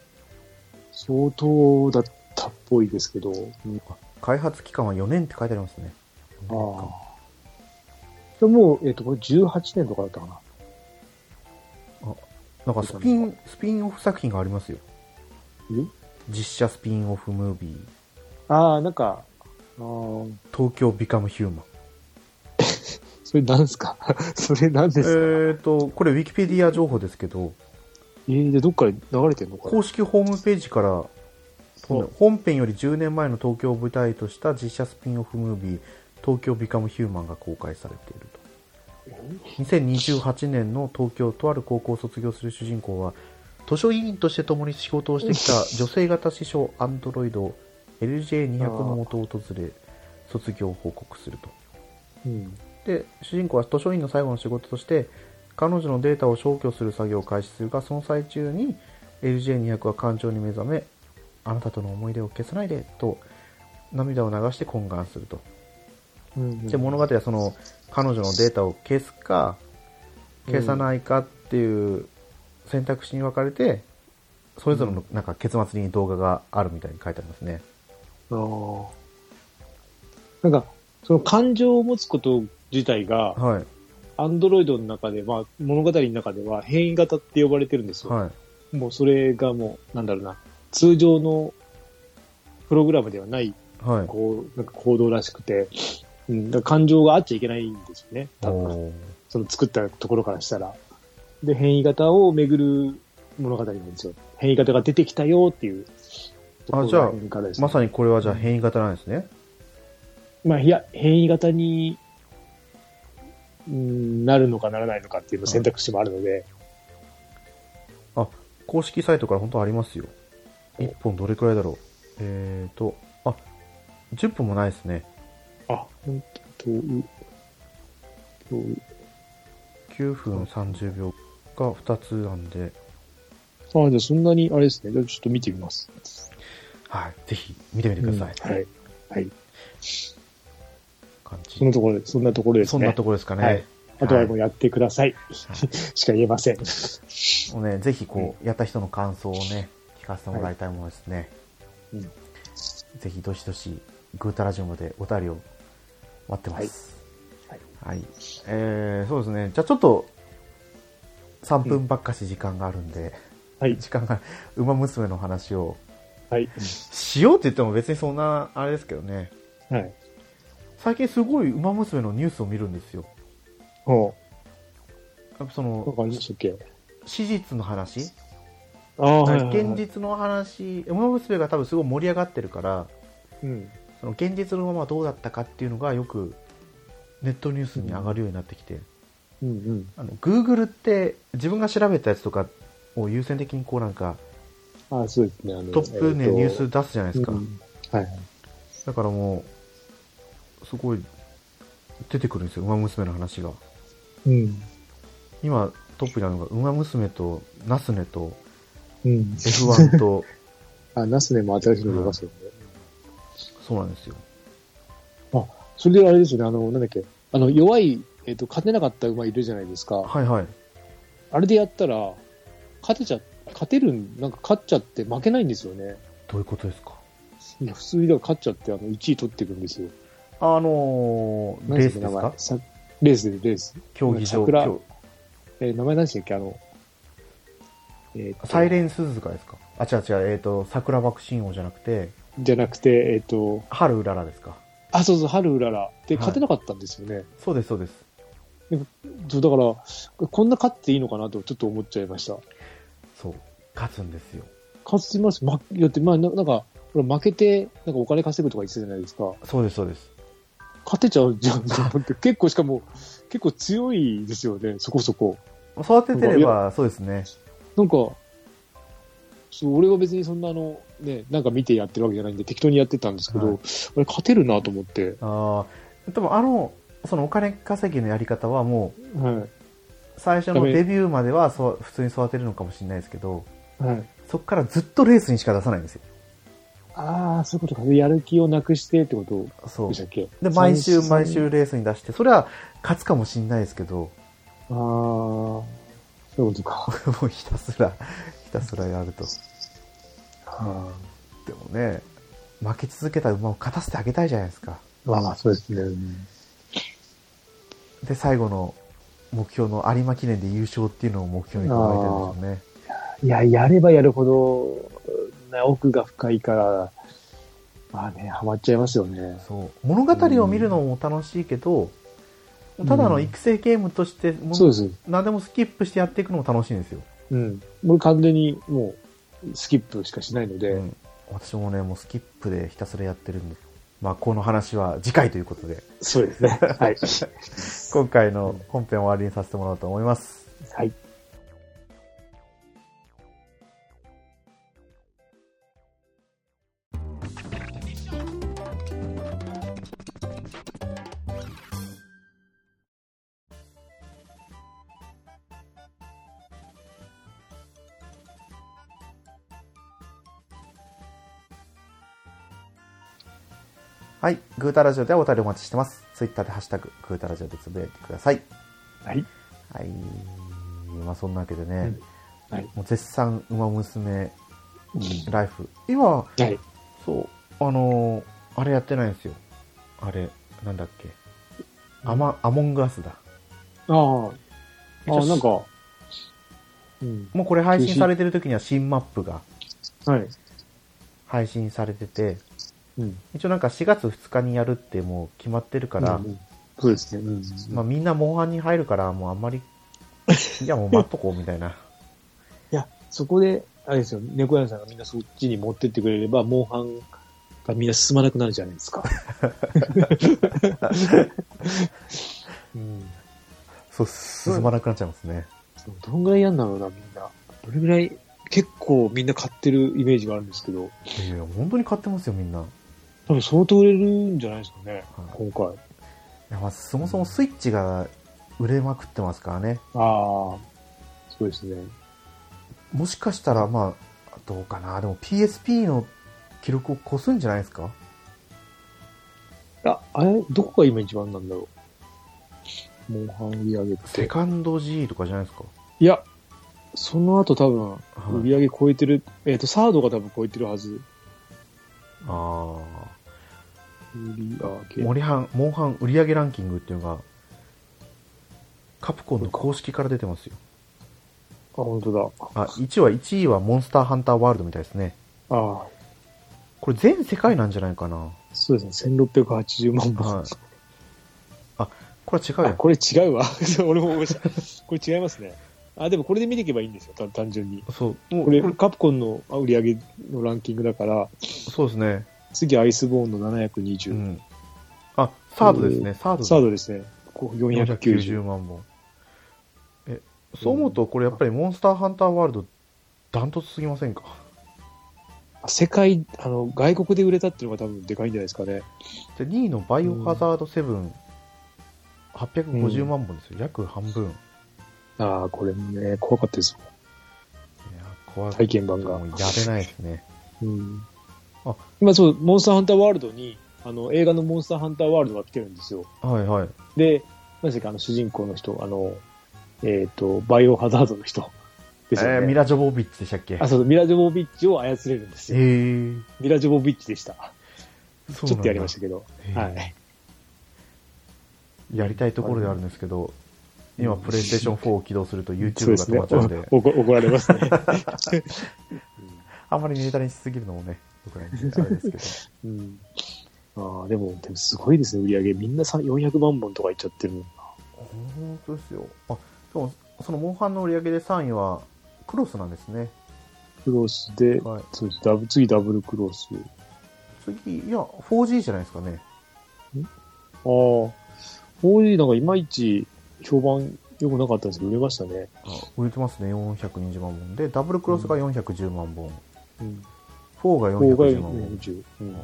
Speaker 2: 相当だったっぽいですけど、うん
Speaker 1: ー開発期間は4年って書いてありますね。
Speaker 2: ああ。でも、えっ、と、これ18年とかだったかな。
Speaker 1: なんかスピン、スピンオフ作品がありますよ。
Speaker 2: うん
Speaker 1: 実写スピンオフムービー、
Speaker 2: ああ、なんか、ああ、
Speaker 1: 東京ビカムヒューマン。
Speaker 2: それなんですか *laughs* それなんですか
Speaker 1: えっと、これウィキペディア情報ですけど、
Speaker 2: えー、で、どっから流れてんのかな
Speaker 1: 公式ホームページから飛んで本編より10年前の東京を舞台とした実写スピンオフムービー「東京ビカムヒューマン」が公開されていると2028年の東京とある高校を卒業する主人公は図書委員として共に仕事をしてきた女性型師匠アンドロイド LJ200 の元を訪れ卒業を報告すると
Speaker 2: うん。
Speaker 1: で主人公は図書院の最後の仕事として彼女のデータを消去する作業を開始するがその最中に LJ200 は感情に目覚めあなたとの思い出を消さないでと涙を流して懇願すると
Speaker 2: うん。
Speaker 1: で物語はその彼女のデータを消すか消さないかっていう選択肢に分かれてそれぞれのなんか結末に動画があるみたいに書いてありますね。
Speaker 2: あーなんか、その感情を持つこと自体が、
Speaker 1: はい
Speaker 2: アンドロイドの中で、まあ、物語の中では変異型って呼ばれてるんですよ。
Speaker 1: はい
Speaker 2: もうそれがもう、なんだろうな、通常のプログラムではない、
Speaker 1: はい。
Speaker 2: こう、なんか行動らしくて、うん、だから感情があっちゃいけないんですよね。多分
Speaker 1: おー
Speaker 2: その作ったところからしたら。で、変異型をめぐる物語なんですよ。変異型が出てきたよっていうところ
Speaker 1: あじゃあ
Speaker 2: が変異型ですね
Speaker 1: まさにこれはじゃあ変異型なんですね。
Speaker 2: まあ、いや、変異型に、うんなるのかならないのかっていうの選択肢もあるので、
Speaker 1: 公式サイトから本当ありますよ。1本どれくらいだろう。えーと、あ、10分もないですね。
Speaker 2: あ、ほんと、とう、とう、
Speaker 1: 9分30秒が2つなんで、
Speaker 2: あ、じゃあそんなにあれですね。じゃあちょっと見てみます。
Speaker 1: はい。ぜひ見てみてください。
Speaker 2: うんはい。はい。
Speaker 1: 感じ
Speaker 2: そのところで、そんなところですね。
Speaker 1: そんなところですかね。
Speaker 2: はいあとはもうやってください。 *laughs* しか言えません。
Speaker 1: もうね、ぜひこう、やった人の感想をね、聞かせてもらいたいものですね。
Speaker 2: はいうん
Speaker 1: ぜひどしどし、グータラジオまでお便りを待ってます。
Speaker 2: はい
Speaker 1: はい。えー、そうですね。じゃあちょっと、3分ばっかし時間があるんで、
Speaker 2: はい。
Speaker 1: 時間が、馬娘の話を、
Speaker 2: はい。
Speaker 1: しようって言っても別にそんな、あれですけどね。
Speaker 2: はい。
Speaker 1: 最近すごい馬娘のニュースを見るんですよ。
Speaker 2: ほ。
Speaker 1: やっぱそう
Speaker 2: なん
Speaker 1: の、
Speaker 2: かありましたっけ
Speaker 1: 史実の話
Speaker 2: ああ、はいはいは
Speaker 1: 現
Speaker 2: い。
Speaker 1: 実の話、馬娘が多分すごい盛り上がってるから、
Speaker 2: うん。
Speaker 1: その現実のままどうだったかっていうのがよくネットニュースに上がるようになってきて、
Speaker 2: うんうん。
Speaker 1: あの Google って自分が調べたやつとかを優先的にこうなんか
Speaker 2: ああ、そうですね。あの
Speaker 1: トップね、ニュース出すじゃない
Speaker 2: で
Speaker 1: ですか、
Speaker 2: はい。
Speaker 1: だからもうすごい出てくるんですよ「ウマ娘」の話が
Speaker 2: うん。
Speaker 1: 今トップにあるのが「ウマ娘」と「ナスネ」と
Speaker 2: うん
Speaker 1: 「。F1」と *laughs*
Speaker 2: あ、ナスネも新しいの出ましたよね。
Speaker 1: そうなんですよ
Speaker 2: それであれですよね。あの、なんだっけ。あの、弱い、えっと、勝てなかった馬いるじゃないですか。
Speaker 1: はいはい
Speaker 2: あれでやったら、勝てちゃ、勝てるん、なんか勝っちゃって負けないんですよね。
Speaker 1: どういうことですか
Speaker 2: いや普通にだから勝っちゃって、あの、1位取っていくんですよ。
Speaker 1: あのーレースです
Speaker 2: 何
Speaker 1: か
Speaker 2: でしたっけ名前さレースで、レース。
Speaker 1: 競技場
Speaker 2: 桜
Speaker 1: 競
Speaker 2: えー名前何でしたっけあの、えーと
Speaker 1: サイレンスズカですかあ、違う違う、えっ、と、桜爆心王じゃなくて、
Speaker 2: じゃなくて、えっ、と、
Speaker 1: 春うららですか。
Speaker 2: あ、そうそう、春うらら。で、
Speaker 1: はい
Speaker 2: 勝てなかったんですよね。
Speaker 1: そうです、そうです。
Speaker 2: そうだから、こんな勝っていいのかなとちょっと思っちゃいました。
Speaker 1: そう。勝つんですよ。
Speaker 2: 勝ちます。ま、だって、まあ、ななんか、ほら負けて、なんかお金稼ぐとか言ってたじゃないですか。
Speaker 1: そうです、そうです。
Speaker 2: 勝てちゃうじゃんと思
Speaker 1: *laughs*
Speaker 2: って、結構しかも、結構強いですよね、そこそこ。
Speaker 1: 育ててれば、そうですね。
Speaker 2: なんか、そう俺は別にそんなあの、ね、なんか見てやってるわけじゃないんで、適当にやってたんですけど、
Speaker 1: はい
Speaker 2: 俺勝てるなと思って、
Speaker 1: ああ、でもあの、そのお金稼ぎのやり方はもう、
Speaker 2: は
Speaker 1: 最初のデビューまではそう普通に育てるのかもしれないですけど、
Speaker 2: い。はい、
Speaker 1: そこからずっとレースにしか出さないんですよ。
Speaker 2: ああ、そういうことか。でやる気をなくしてってこと
Speaker 1: そう
Speaker 2: でし。たっけ
Speaker 1: で、毎週毎。週レースに出して、それは勝つかもしれないですけど、 *laughs*
Speaker 2: ああ、そういうことか。
Speaker 1: もうひたすら、ひたすらやると。
Speaker 2: あ
Speaker 1: でもね、負け続けた馬を勝たせてあげたいじゃないですか。
Speaker 2: ーまあまあ、そうですね。うん
Speaker 1: で、最後の目標の有馬記念で優勝っていうのを目標に考えてるんですよね。
Speaker 2: いや、やればやるほど、ね、奥が深いから、まあね、ハマっちゃいますよね。
Speaker 1: そう。物語を見るのも楽しいけど、
Speaker 2: うん
Speaker 1: ただの育成ゲームとして、もう
Speaker 2: そうです。
Speaker 1: 何でもスキップしてやっていくのも楽しいんですよ。
Speaker 2: うん。俺完全にもう、スキップしかしないので、
Speaker 1: うん私もね、もうスキップでひたすらやってるんで。まあ、この話は次回ということで、
Speaker 2: そうですね。 *laughs* はい。
Speaker 1: 今回の本編を終わりにさせてもらおうと思います。
Speaker 2: はい。
Speaker 1: はい。グータラジオではお便りお待ちしてます。ツイッターでハッシュタグ、グータラジオでつぶやいてください。
Speaker 2: はい。
Speaker 1: はい。まあそんなわけでね、
Speaker 2: うんはい
Speaker 1: もう絶賛、ウマ娘、ライフ。今、
Speaker 2: はい。
Speaker 1: そう、あのーあれやってないんですよ。あれ、なんだっけ。アマ、アモングアスだ。
Speaker 2: ああ。ああ、
Speaker 1: 一応
Speaker 2: なんか。うん。
Speaker 1: もうこれ配信されてる時には新マップが
Speaker 2: はい。
Speaker 1: 配信されてて、
Speaker 2: うん。
Speaker 1: 一応なんか4月2日にやるってもう決まってるから、
Speaker 2: うんうんそうですね。うん。
Speaker 1: まあみんなモンハンに入るから、もうあんまり、いやもう待っとこうみたいな。 *laughs*
Speaker 2: いや、そこで、あれですよ、猫屋さんがみんなそっちに持ってってくれれば、モンハンがみんな進まなくなるじゃないですか。うん、
Speaker 1: そう、進まなくなっちゃいますね。
Speaker 2: そうどんぐらいやんだろうな、みんな。どれぐらい、結構みんな買ってるイメージがあるんですけど、
Speaker 1: いやいや、本当に買ってますよ、みんな。い
Speaker 2: 多分相当売れるんじゃないですかね、今回。
Speaker 1: やまあそもそもスイッチが売れまくってますからね。
Speaker 2: ああ、そうですね。
Speaker 1: もしかしたら、まあ、どうかな。でも PSP の記録を超すんじゃないですか
Speaker 2: あ、あれ、どこが今一番なんだろう。モンハン売り上げっ
Speaker 1: セ
Speaker 2: て。
Speaker 1: カンド G とかじゃないですか、
Speaker 2: いや、その後多分、
Speaker 1: は
Speaker 2: 売
Speaker 1: い、
Speaker 2: り上げ超えてる、えっ、と、サードが多分超えてるはず。
Speaker 1: あ
Speaker 2: 売り
Speaker 1: あ、
Speaker 2: 上げ。
Speaker 1: モリハン、モンハン売り上げランキングっていうのが、カプコンの公式から出てますよ。
Speaker 2: あ、本当だ。
Speaker 1: あ、1は、1位はモンスターハンターワールドみたいですね。
Speaker 2: ああ、
Speaker 1: これ全世界なんじゃないかな。
Speaker 2: そうですね。1680万本。
Speaker 1: はいこれは違う
Speaker 2: あ
Speaker 1: やん。
Speaker 2: これ違うわ。 *laughs* 俺も思いました。これ違いますね。あ、でもこれで見ていけばいいんですよ。た単純に。
Speaker 1: そう、もう
Speaker 2: これ、カプコンの売り上げのランキングだから、
Speaker 1: そうですね。
Speaker 2: 次、アイスボーンの720。
Speaker 1: うん。あ、サードですね、サードだ
Speaker 2: サードですね。こう490。
Speaker 1: 490万本。え、そう思うと、これやっぱりモンスターハンターワールド、ダントツすぎませんか
Speaker 2: 世界、あの、外国で売れたっていうのが多分でかいんじゃないですかね。
Speaker 1: で、2位のバイオハザード7、850万本ですよ。約半分。い
Speaker 2: ああ、これもね、怖かったです
Speaker 1: や、怖い。
Speaker 2: 体験版が
Speaker 1: もうやれないですね。
Speaker 2: うん
Speaker 1: あ
Speaker 2: 今そう、モンスターハンターワールドに、あの、映画のモンスターハンターワールドが来てるんですよ。
Speaker 1: はいはい。
Speaker 2: で、なぜかあの、主人公の人、あの、えっ、と、バイオハザードの人ですよね。
Speaker 1: えーミラ・ジョボビッチでしたっけ
Speaker 2: あ、そうそう、ミラジョボビッチを操れるんです
Speaker 1: え
Speaker 2: よ。
Speaker 1: ー、
Speaker 2: ミラジョボビッチでした。
Speaker 1: そうなん
Speaker 2: ち
Speaker 1: だ
Speaker 2: ょっとやりましたけど。
Speaker 1: えー
Speaker 2: はい。
Speaker 1: やりたいところではあるんですけど、今、プレイステーション4を起動すると
Speaker 2: そう
Speaker 1: YouTube
Speaker 2: で
Speaker 1: が
Speaker 2: す
Speaker 1: 止
Speaker 2: ね。
Speaker 1: まっちゃうんで、
Speaker 2: おお怒られま
Speaker 1: *laughs*
Speaker 2: すね。
Speaker 1: あんまりネタにしすぎるのもね、良くないんで、あれですけど。
Speaker 2: うん。ああ、でも、でもすごいですね、売り上げ。みんなさ400万本とかいっちゃってるの。
Speaker 1: 本当ですよ。あ、でも、そのモンハンの売り上げで3位は、クロスなんですね。
Speaker 2: クロスで、
Speaker 1: はい。
Speaker 2: そうですダブ次ダブルクロス。
Speaker 1: 次、いや、4G じゃないですかね。
Speaker 2: ああ、4G なんかいまいち評判良くなかったんですけど、売れましたね。
Speaker 1: 売れてますね、420万本。で、ダブルクロスが410万本。
Speaker 2: うん。
Speaker 1: 4が
Speaker 2: 4が
Speaker 1: 410万本。
Speaker 2: 40。うん。あ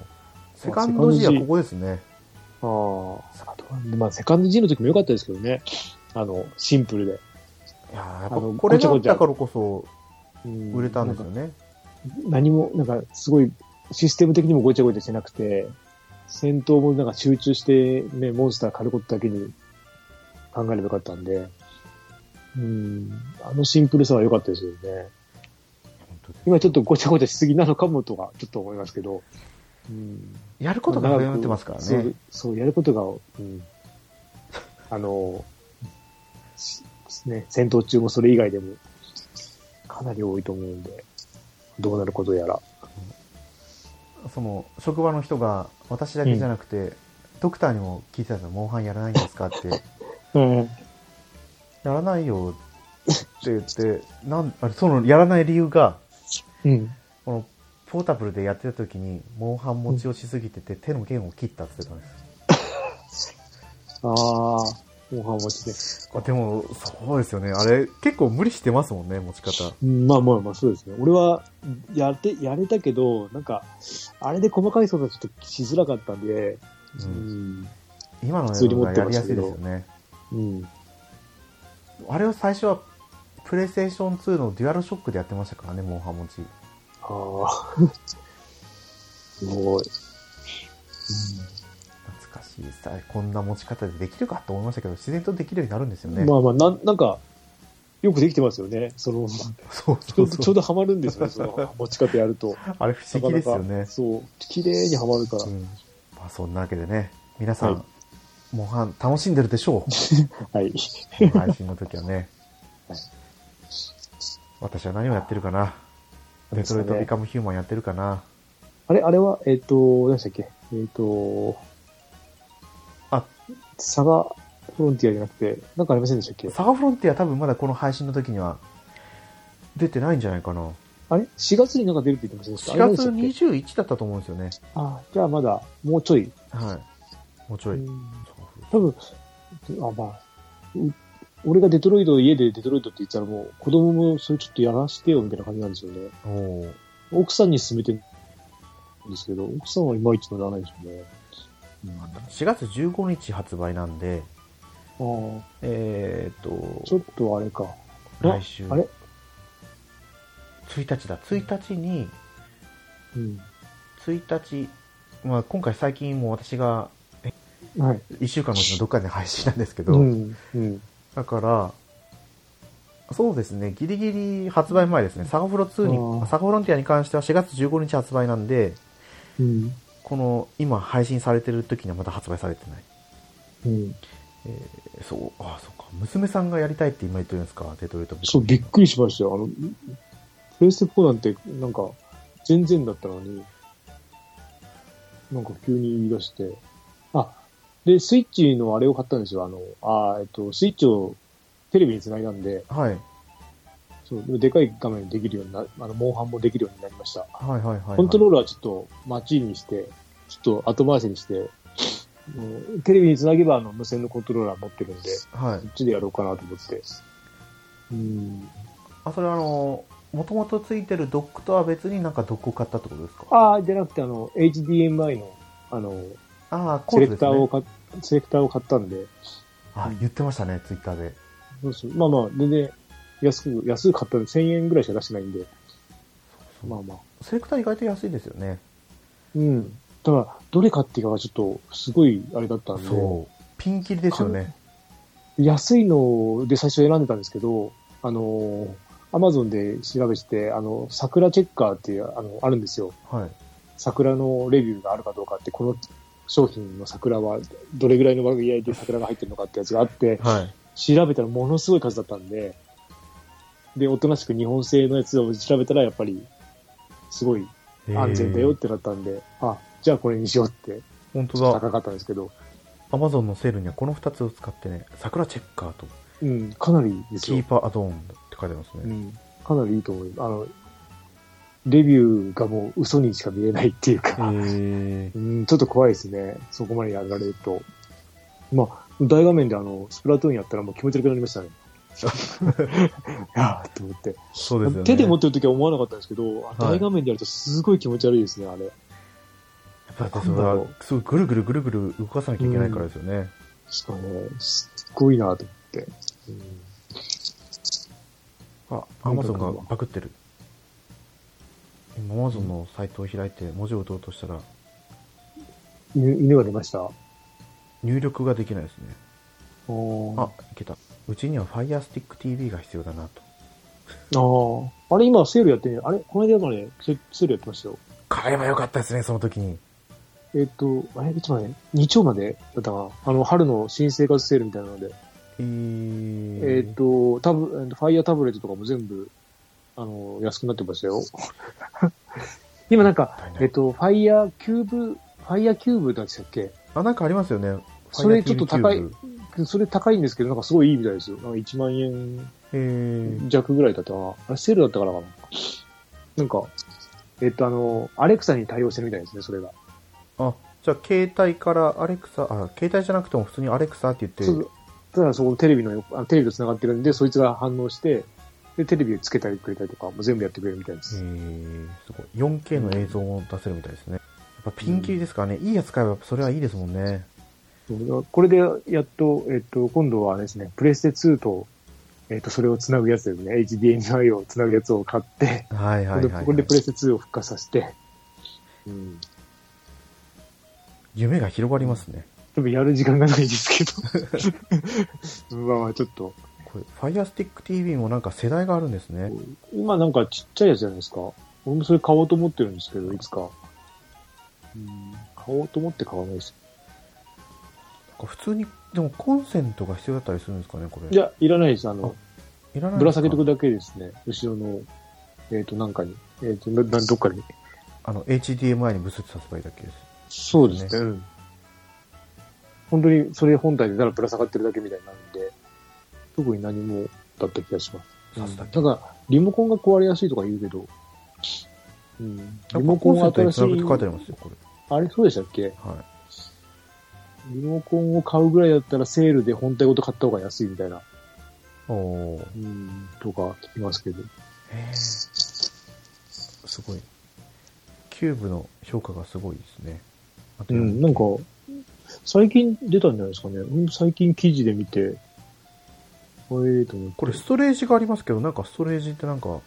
Speaker 1: セカンド G はここですね。
Speaker 2: あ、セカンドでまあ、セカンド G の時も良かったですけどね。あの、シンプルで。
Speaker 1: いやーやっぱ
Speaker 2: あの
Speaker 1: これがあったからこそ
Speaker 2: うん
Speaker 1: 売れたんですよ
Speaker 2: な
Speaker 1: ね。
Speaker 2: か何も、なんか、すごい、システム的にもごちゃごちゃしてなくて、戦闘もなんか集中して、ね、モンスター狩ることだけに考えればよかったんで、うん、あのシンプルさは良かったですよね。
Speaker 1: 本当です
Speaker 2: 今ちょっとごちゃごちゃしすぎなのかもとか、ちょっと思いますけど。うん。
Speaker 1: やることがなくなってますから
Speaker 2: そ
Speaker 1: ね
Speaker 2: う。、そう、やることが、うん。あの、しね、戦闘中もそれ以外でも、かなり多いと思うんで、どうなることやら。
Speaker 1: その、職場の人が私だけじゃなくて、ドクターにも聞いてたんですよ。モンハンやらないんですかって。
Speaker 2: うん。
Speaker 1: やらないよって言って、 *laughs* なんあれそのやらない理由が、
Speaker 2: うん。
Speaker 1: このポータブルでやってた時に、モンハン持ち寄しすぎてて、手の弦を切ったって言ってたんです
Speaker 2: ああ、もう半持ちで。
Speaker 1: よ。あでも、そうですよね。あれ、結構無理してますもんね、持ち方。
Speaker 2: うんまあまあまあ、そうですね。俺は、やって、やれたけど、なんか、あれで細かい操作ちょっとしづらかったんで、
Speaker 1: う、
Speaker 2: うんん。
Speaker 1: 今の
Speaker 2: 普
Speaker 1: や
Speaker 2: 通に
Speaker 1: つ
Speaker 2: 持
Speaker 1: が
Speaker 2: って
Speaker 1: や
Speaker 2: ま
Speaker 1: りや
Speaker 2: し
Speaker 1: す
Speaker 2: た
Speaker 1: い
Speaker 2: け
Speaker 1: で
Speaker 2: ど
Speaker 1: すよね。
Speaker 2: うん。
Speaker 1: あれは最初は、プレイステーション2のデュアルショックでやってましたからね、モンハン持ち。 *laughs*
Speaker 2: ああ。すごい。
Speaker 1: しさこんな持ち方でできるかと思いましたけど自然とできるようになるんですよね、
Speaker 2: まあまあ、なんなんか、よくできてますよね。その、ち
Speaker 1: そうそ
Speaker 2: ょ
Speaker 1: う
Speaker 2: うどちょ
Speaker 1: そう
Speaker 2: うどハマるんですよね、
Speaker 1: *laughs*
Speaker 2: その持ち方やると。
Speaker 1: あれ不思議ですよね
Speaker 2: そう、綺麗にはまるから
Speaker 1: う。んまあ、そんなわけでね皆さん、
Speaker 2: は
Speaker 1: モンハン楽しんでるでしょ
Speaker 2: はい。
Speaker 1: うこの配信の時はね
Speaker 2: はい
Speaker 1: 私は何をやってるかなデトロイト・ビカム・ヒューマンやってるかな
Speaker 2: あれ、あれは、えっ、と、何でしたっけえっ、と、
Speaker 1: あ、
Speaker 2: サガフロンティアじゃなくて、なんかありませんでしたっけ
Speaker 1: サガフロンティア多分まだこの配信の時には出てないんじゃないかな
Speaker 2: あれ ?4 月になんか出るって言ってませんでした
Speaker 1: 4月
Speaker 2: に
Speaker 1: 21だったと思うんですよね
Speaker 2: あ、じゃあまだ、もうちょい。
Speaker 1: はいもうちょい、
Speaker 2: うん
Speaker 1: サガフロン
Speaker 2: 多分、あ、まあ、う俺がデトロイド、家でデトロイドって言ったらもう、子供もそれちょっとやらしてよみたいな感じなんですよね。
Speaker 1: おー
Speaker 2: 奥さんに勧めてるんですけど、奥さんはいまいち乗らないですよね。
Speaker 1: 4月15日発売なんで
Speaker 2: ああ、
Speaker 1: えー、
Speaker 2: ちょ
Speaker 1: っ
Speaker 2: っとあれか。
Speaker 1: と来週
Speaker 2: あれ
Speaker 1: 1日だ1日に
Speaker 2: うん。
Speaker 1: 1日、まあ、今回最近もう私が
Speaker 2: はい。
Speaker 1: 1週間のうちのどっかで配信なんですけど、
Speaker 2: うん。うん。
Speaker 1: だからそうですねギリギリ発売前ですねサガフロ2
Speaker 2: あ
Speaker 1: に
Speaker 2: ー
Speaker 1: サガフロンティアに関しては4月15日発売なんで
Speaker 2: うん。
Speaker 1: この今配信されてる時にはまだ発売されてない、
Speaker 2: うん。
Speaker 1: えーそうあそうか娘さんがやりたいって今言ってるんですかデトロイト
Speaker 2: そう、びっくりしましたよ。あの、プレイステ4なんて、なんか、全然だったのに、なんか急に言い出して、あ、で、スイッチのあれを買ったんですよ。あの、あーえっと、スイッチをテレビにつないだんで、
Speaker 1: はい
Speaker 2: そう、でもでかい画面にできるようにな、あの、モンハンもできるようになりました。
Speaker 1: はいはいはいはい
Speaker 2: コントロールはちょっと待ちにして、ちょっと後回しにして、もうテレビにつなげばあの無線のコントローラー持ってるんで、そ
Speaker 1: はい
Speaker 2: っちでやろうかなと思って。うん。
Speaker 1: あそれはあのもともとついてるドックとは別になんかドックを買ったってことですか
Speaker 2: ああ、じゃなくて、あの、HDMI の、あの、
Speaker 1: ああコ
Speaker 2: セ
Speaker 1: ード
Speaker 2: レ
Speaker 1: で
Speaker 2: ク
Speaker 1: す
Speaker 2: ターを
Speaker 1: ね
Speaker 2: 買っ、セレクターを買ったんで、
Speaker 1: あ言ってましたねツイッターで
Speaker 2: そうそうまあまあ、全然、安く、安く買ったんで、1000円ぐらいしか出してないんで、まあまあ。
Speaker 1: セレクター意外と安いですよね
Speaker 2: うん。ただ、どれ買っていいかがちょっと、すごい、あれだったんで、
Speaker 1: そうピンキリですよね
Speaker 2: 安いので最初選んでたんですけど、あの、アマゾンで調べて、あの、桜チェッカーっていう、あの、あるんですよ。
Speaker 1: はい
Speaker 2: 桜のレビューがあるかどうかって、この商品の桜は、どれぐらいの割合で桜が入ってるのかってやつがあって、
Speaker 1: はい
Speaker 2: 調べたらものすごい数だったんで、で、おとなしく日本製のやつを調べたら、やっぱり、すごい安全だよってなったんで、あ、じゃあこれにしようって、
Speaker 1: 本当だ
Speaker 2: 高かったんですけど、
Speaker 1: アマゾンのセールにはこの2つを使ってね、桜チェッカーと
Speaker 2: うん、かなりです
Speaker 1: キ
Speaker 2: よ
Speaker 1: ー。パーアドオンって書いてます
Speaker 2: う
Speaker 1: ね。
Speaker 2: ん、かなりいいと思います。あの、レビューがもう嘘にしか見えないっていうか、
Speaker 1: え
Speaker 2: うん、ちょっと怖いですね。そこまでやられると。まあ、大画面であの、スプラトゥーンやったらもう気持ち悪くなりましたね。 *laughs* いやーって思って。
Speaker 1: そうですよね。
Speaker 2: 手で持
Speaker 1: も
Speaker 2: ってる時は思わなかったんですけど、あ
Speaker 1: はい
Speaker 2: 大画面でやるとすごい気持ち悪いですね、あれ。
Speaker 1: やっぱりそれは、すごいぐるぐるぐるぐる動かさなきゃいけないからですよね。
Speaker 2: しかも、すっごいなと思って。うん
Speaker 1: あ、アマゾンがパクってる。今、アマゾンのサイトを開いて文字を打とうとしたら、
Speaker 2: 犬犬が出ました。
Speaker 1: 入力ができないですね。
Speaker 2: おー
Speaker 1: あ、いけた。うちには Firestick TV が必要だなと。
Speaker 2: あーあれ、今セールやってんねあれこの間までセセールやってましたよ。
Speaker 1: 買えばよかったですね、その時に。
Speaker 2: えっ、と、あれ、いつまで日曜までだったかなあの、春の新生活セールみたいなので。
Speaker 1: えー
Speaker 2: えっ、と、タブ、えーとファイヤータブレットとかも全部、あの、安くなってま
Speaker 1: *laughs*
Speaker 2: したよ。今なんか、
Speaker 1: はい
Speaker 2: えっ、と、ファイヤーキューブ、ファイヤーキューブだったっけ
Speaker 1: あ、なんかありますよね。
Speaker 2: それちょっと
Speaker 1: Fire TV
Speaker 2: 高い
Speaker 1: キューブ
Speaker 2: それ高いんですけど、なんかすごいいいみたいですよ。なんか1万円
Speaker 1: えー、
Speaker 2: 弱ぐらいだったかな。あれ、セールだったからかな。なんか、えっ、と、あの、アレクサに対応してるみたいですね、それが。
Speaker 1: あ、じゃあ携帯からアレクサ、あ、携帯じゃなくても普通にアレクサって言
Speaker 2: そ
Speaker 1: って
Speaker 2: う、ただそこのテレビの横、あテレビと繋がってるんで、そいつが反応して、で、テレビつけたりくれたりとか、もう全部やってくれるみたいで
Speaker 1: え
Speaker 2: す。
Speaker 1: ー、すごい。4K の映像を出せるみたいですね。やっぱピンキリですからね。いいやつ買えばそれはいいですもんね。
Speaker 2: そうこれで、やっと、えっと、今度はですね、プレステ2と、えっと、それを繋ぐやつですね、HDMI を繋ぐやつを買って、
Speaker 1: はいはいはい、は
Speaker 2: これで
Speaker 1: い
Speaker 2: プ。レステ2を復活させて、うん、
Speaker 1: 夢が広がりますね。
Speaker 2: でもやる時間がないですけど。 *laughs* まあまあちょっと。
Speaker 1: これ、FirestickTV もなんか世代があるんですね。
Speaker 2: 今なんかちっちゃいやつじゃないですか。俺もそれ買おうと思ってるんですけど、いつか。うん、買おうと思って買わないです。
Speaker 1: なんか普通に、でもコンセントが必要だったりするんですかね、これ。
Speaker 2: いや、いらないです。あの、
Speaker 1: いらない
Speaker 2: ぶら下げておく
Speaker 1: だ
Speaker 2: だけですね。後ろの、えっ、と、なんかに。えっ、とな、な、どっかに。
Speaker 1: あの、HDMI にブスってさせばいいだけです。
Speaker 2: そうです
Speaker 1: そ
Speaker 2: ね。うん。本当にそれ本体でただぶら下がってるだけみたいになるんで、特に何もだった気がします。
Speaker 1: 刺すだけ
Speaker 2: ただ、リモコンが壊れやすいとか言うけど、うん、リ
Speaker 1: なん
Speaker 2: モ
Speaker 1: か
Speaker 2: コ
Speaker 1: コン
Speaker 2: ン
Speaker 1: セ
Speaker 2: が
Speaker 1: ントに
Speaker 2: 新
Speaker 1: つ
Speaker 2: し
Speaker 1: ないぐって書いてありますよ、これ。
Speaker 2: あれそうでしたっけ
Speaker 1: はい。
Speaker 2: リモコンを買うぐらいだったらセールで本体ごと買った方が安いみたいな、
Speaker 1: おー。
Speaker 2: うん、とか聞きますけど。
Speaker 1: へーすごい。キューブの評価がすごいですね。あと
Speaker 2: うん、なんか、最近出たんじゃないですかね。うん最近記事で見て、これと思って。
Speaker 1: これ、ストレージがありますけど、なんかストレージってなんか、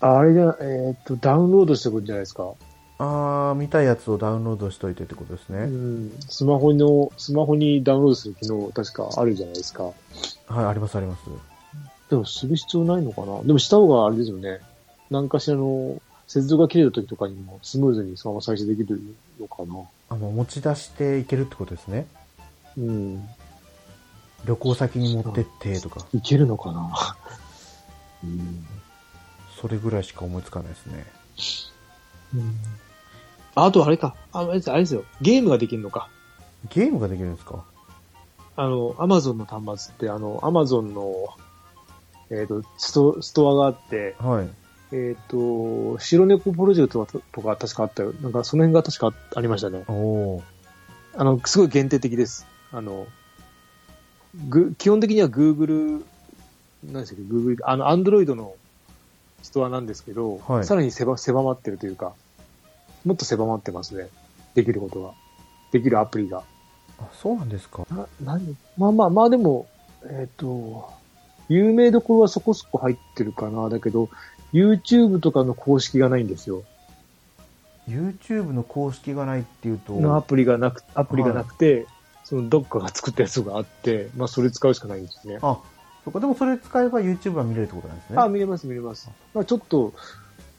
Speaker 2: ああれじゃ、えーっと、ダウンロードしてくるんじゃないですか。
Speaker 1: あー、見たいやつをダウンロードしといてってことです
Speaker 2: う
Speaker 1: ね。
Speaker 2: ん、スマホの、スマホにダウンロードする機能確かあるじゃないですか。
Speaker 1: はい、ありますあります。
Speaker 2: でもする必要ないのかなでもした方があれですよね。何かしらの接続が切れた時とかにもスムーズにそのまま再生できるのかな
Speaker 1: あ、もう持ち出していけるってことですね。
Speaker 2: うん。
Speaker 1: 旅行先に持ってってとか、
Speaker 2: いけるのかな *laughs* うん。
Speaker 1: それぐらいしか思いつかないですね。
Speaker 2: あとあれか。ああれですあれですよ。ゲームができるのか。
Speaker 1: ゲームができるんですか
Speaker 2: あの、アマゾンの端末って、あの、アマゾンの、えっ、とスト、ストアがあって、
Speaker 1: はい。
Speaker 2: えっ、と、白猫プロジェクトとかとか確かあったよ。なんかその辺が確かありましたね。
Speaker 1: おー。
Speaker 2: あの、すごい限定的です。あの、ぐ、基本的には Google、何でしたっけ、Google、あの、Android のストアなんですけど、
Speaker 1: はい
Speaker 2: さらに狭狭まってるというか、もっと狭まってますね。できることが。できるアプリが。
Speaker 1: あ、そうなんですか
Speaker 2: な、何まあまあまあでも、えっ、と、有名どころはそこそこ入ってるかな。だけど、YouTube とかの公式がないんですよ。
Speaker 1: ?YouTube の公式がないっていうと、
Speaker 2: のアプリがなく、アプリがなくて、そのどっかが作ったやつがあって、まあそれ使うしかないんですね。
Speaker 1: あ、そっか、でもそれ使えば YouTube は見れるってことなんですね。
Speaker 2: あ、見れます、見れます。まあ、ちょっと、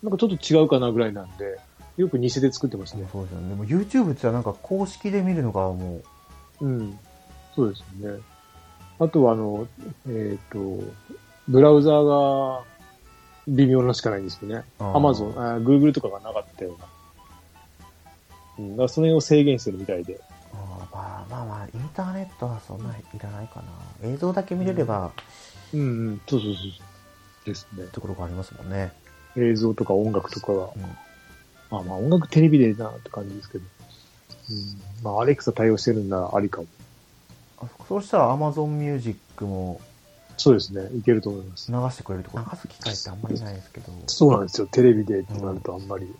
Speaker 2: なんかちょっと違うかなぐらいなんで、よく偽で作ってますね。
Speaker 1: そうですよね。でも YouTube ってなんか公式で見るのがもう、
Speaker 2: うん。そうですよね。あとは、あの、えっ、と、ブラウザーが微妙なしかないんですよね。
Speaker 1: あー
Speaker 2: Amazon、あー Google とかがなかったような。うん、だからその辺を制限してるみたいで。
Speaker 1: あーまあまあまあ、インターネットはそんないらないかな。映像だけ見れれば、
Speaker 2: うんうん、そうそうそう。ですね。
Speaker 1: ところがありますもんね。
Speaker 2: 映像とか音楽とかが。
Speaker 1: うん
Speaker 2: まあまあ音楽テレビでなって感じですけど。うん、まあアレクサ対応してるんならありかも。
Speaker 1: あそうしたら Amazon Music も
Speaker 2: そうですね。いけると思います
Speaker 1: 流。してくれるところ、流す機会ってあんまりないですけど、
Speaker 2: そうなんですよ。テレビでってなるとあんま
Speaker 1: *laughs*
Speaker 2: り。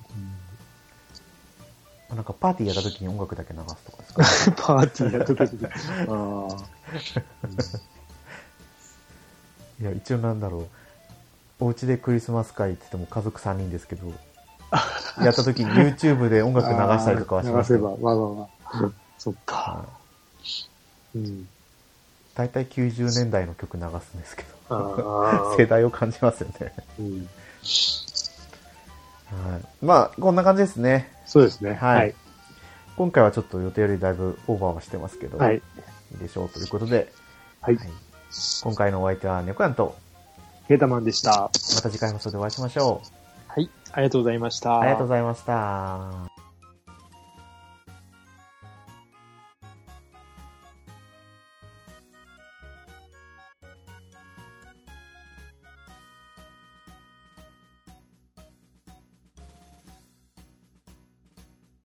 Speaker 1: なんかパーティーやった時に音楽だけ流すとかですか
Speaker 2: パーティーやとか
Speaker 1: *laughs*
Speaker 2: で。ああ。
Speaker 1: いや、一応なんだろう。お家でクリスマス会って言っても家族3人ですけ *laughs* ど、やった時に YouTube で音楽流したりとかはします
Speaker 2: 流
Speaker 1: け
Speaker 2: せ
Speaker 1: ど
Speaker 2: ば、まあまあまあ。そっか。
Speaker 1: は
Speaker 2: うん。
Speaker 1: い大体90年代の曲流すんですけ
Speaker 2: あ
Speaker 1: ど、 *laughs*
Speaker 2: あ
Speaker 1: 世代を感じますよね。
Speaker 2: うん
Speaker 1: はい、まあ、こんな感じですね。
Speaker 2: そうですね。
Speaker 1: はい
Speaker 2: はい。
Speaker 1: 今回はちょっと予定よりだいぶオーバーはしてますけど、、
Speaker 2: はいい。
Speaker 1: いでしょうということで、
Speaker 2: はい
Speaker 1: はい。今回のお相手はネコヤンと、
Speaker 2: ケータマンでした。
Speaker 1: また次回放送でお会いしましょ
Speaker 2: はい。ありがとうございました。
Speaker 1: う。ありがとうございました。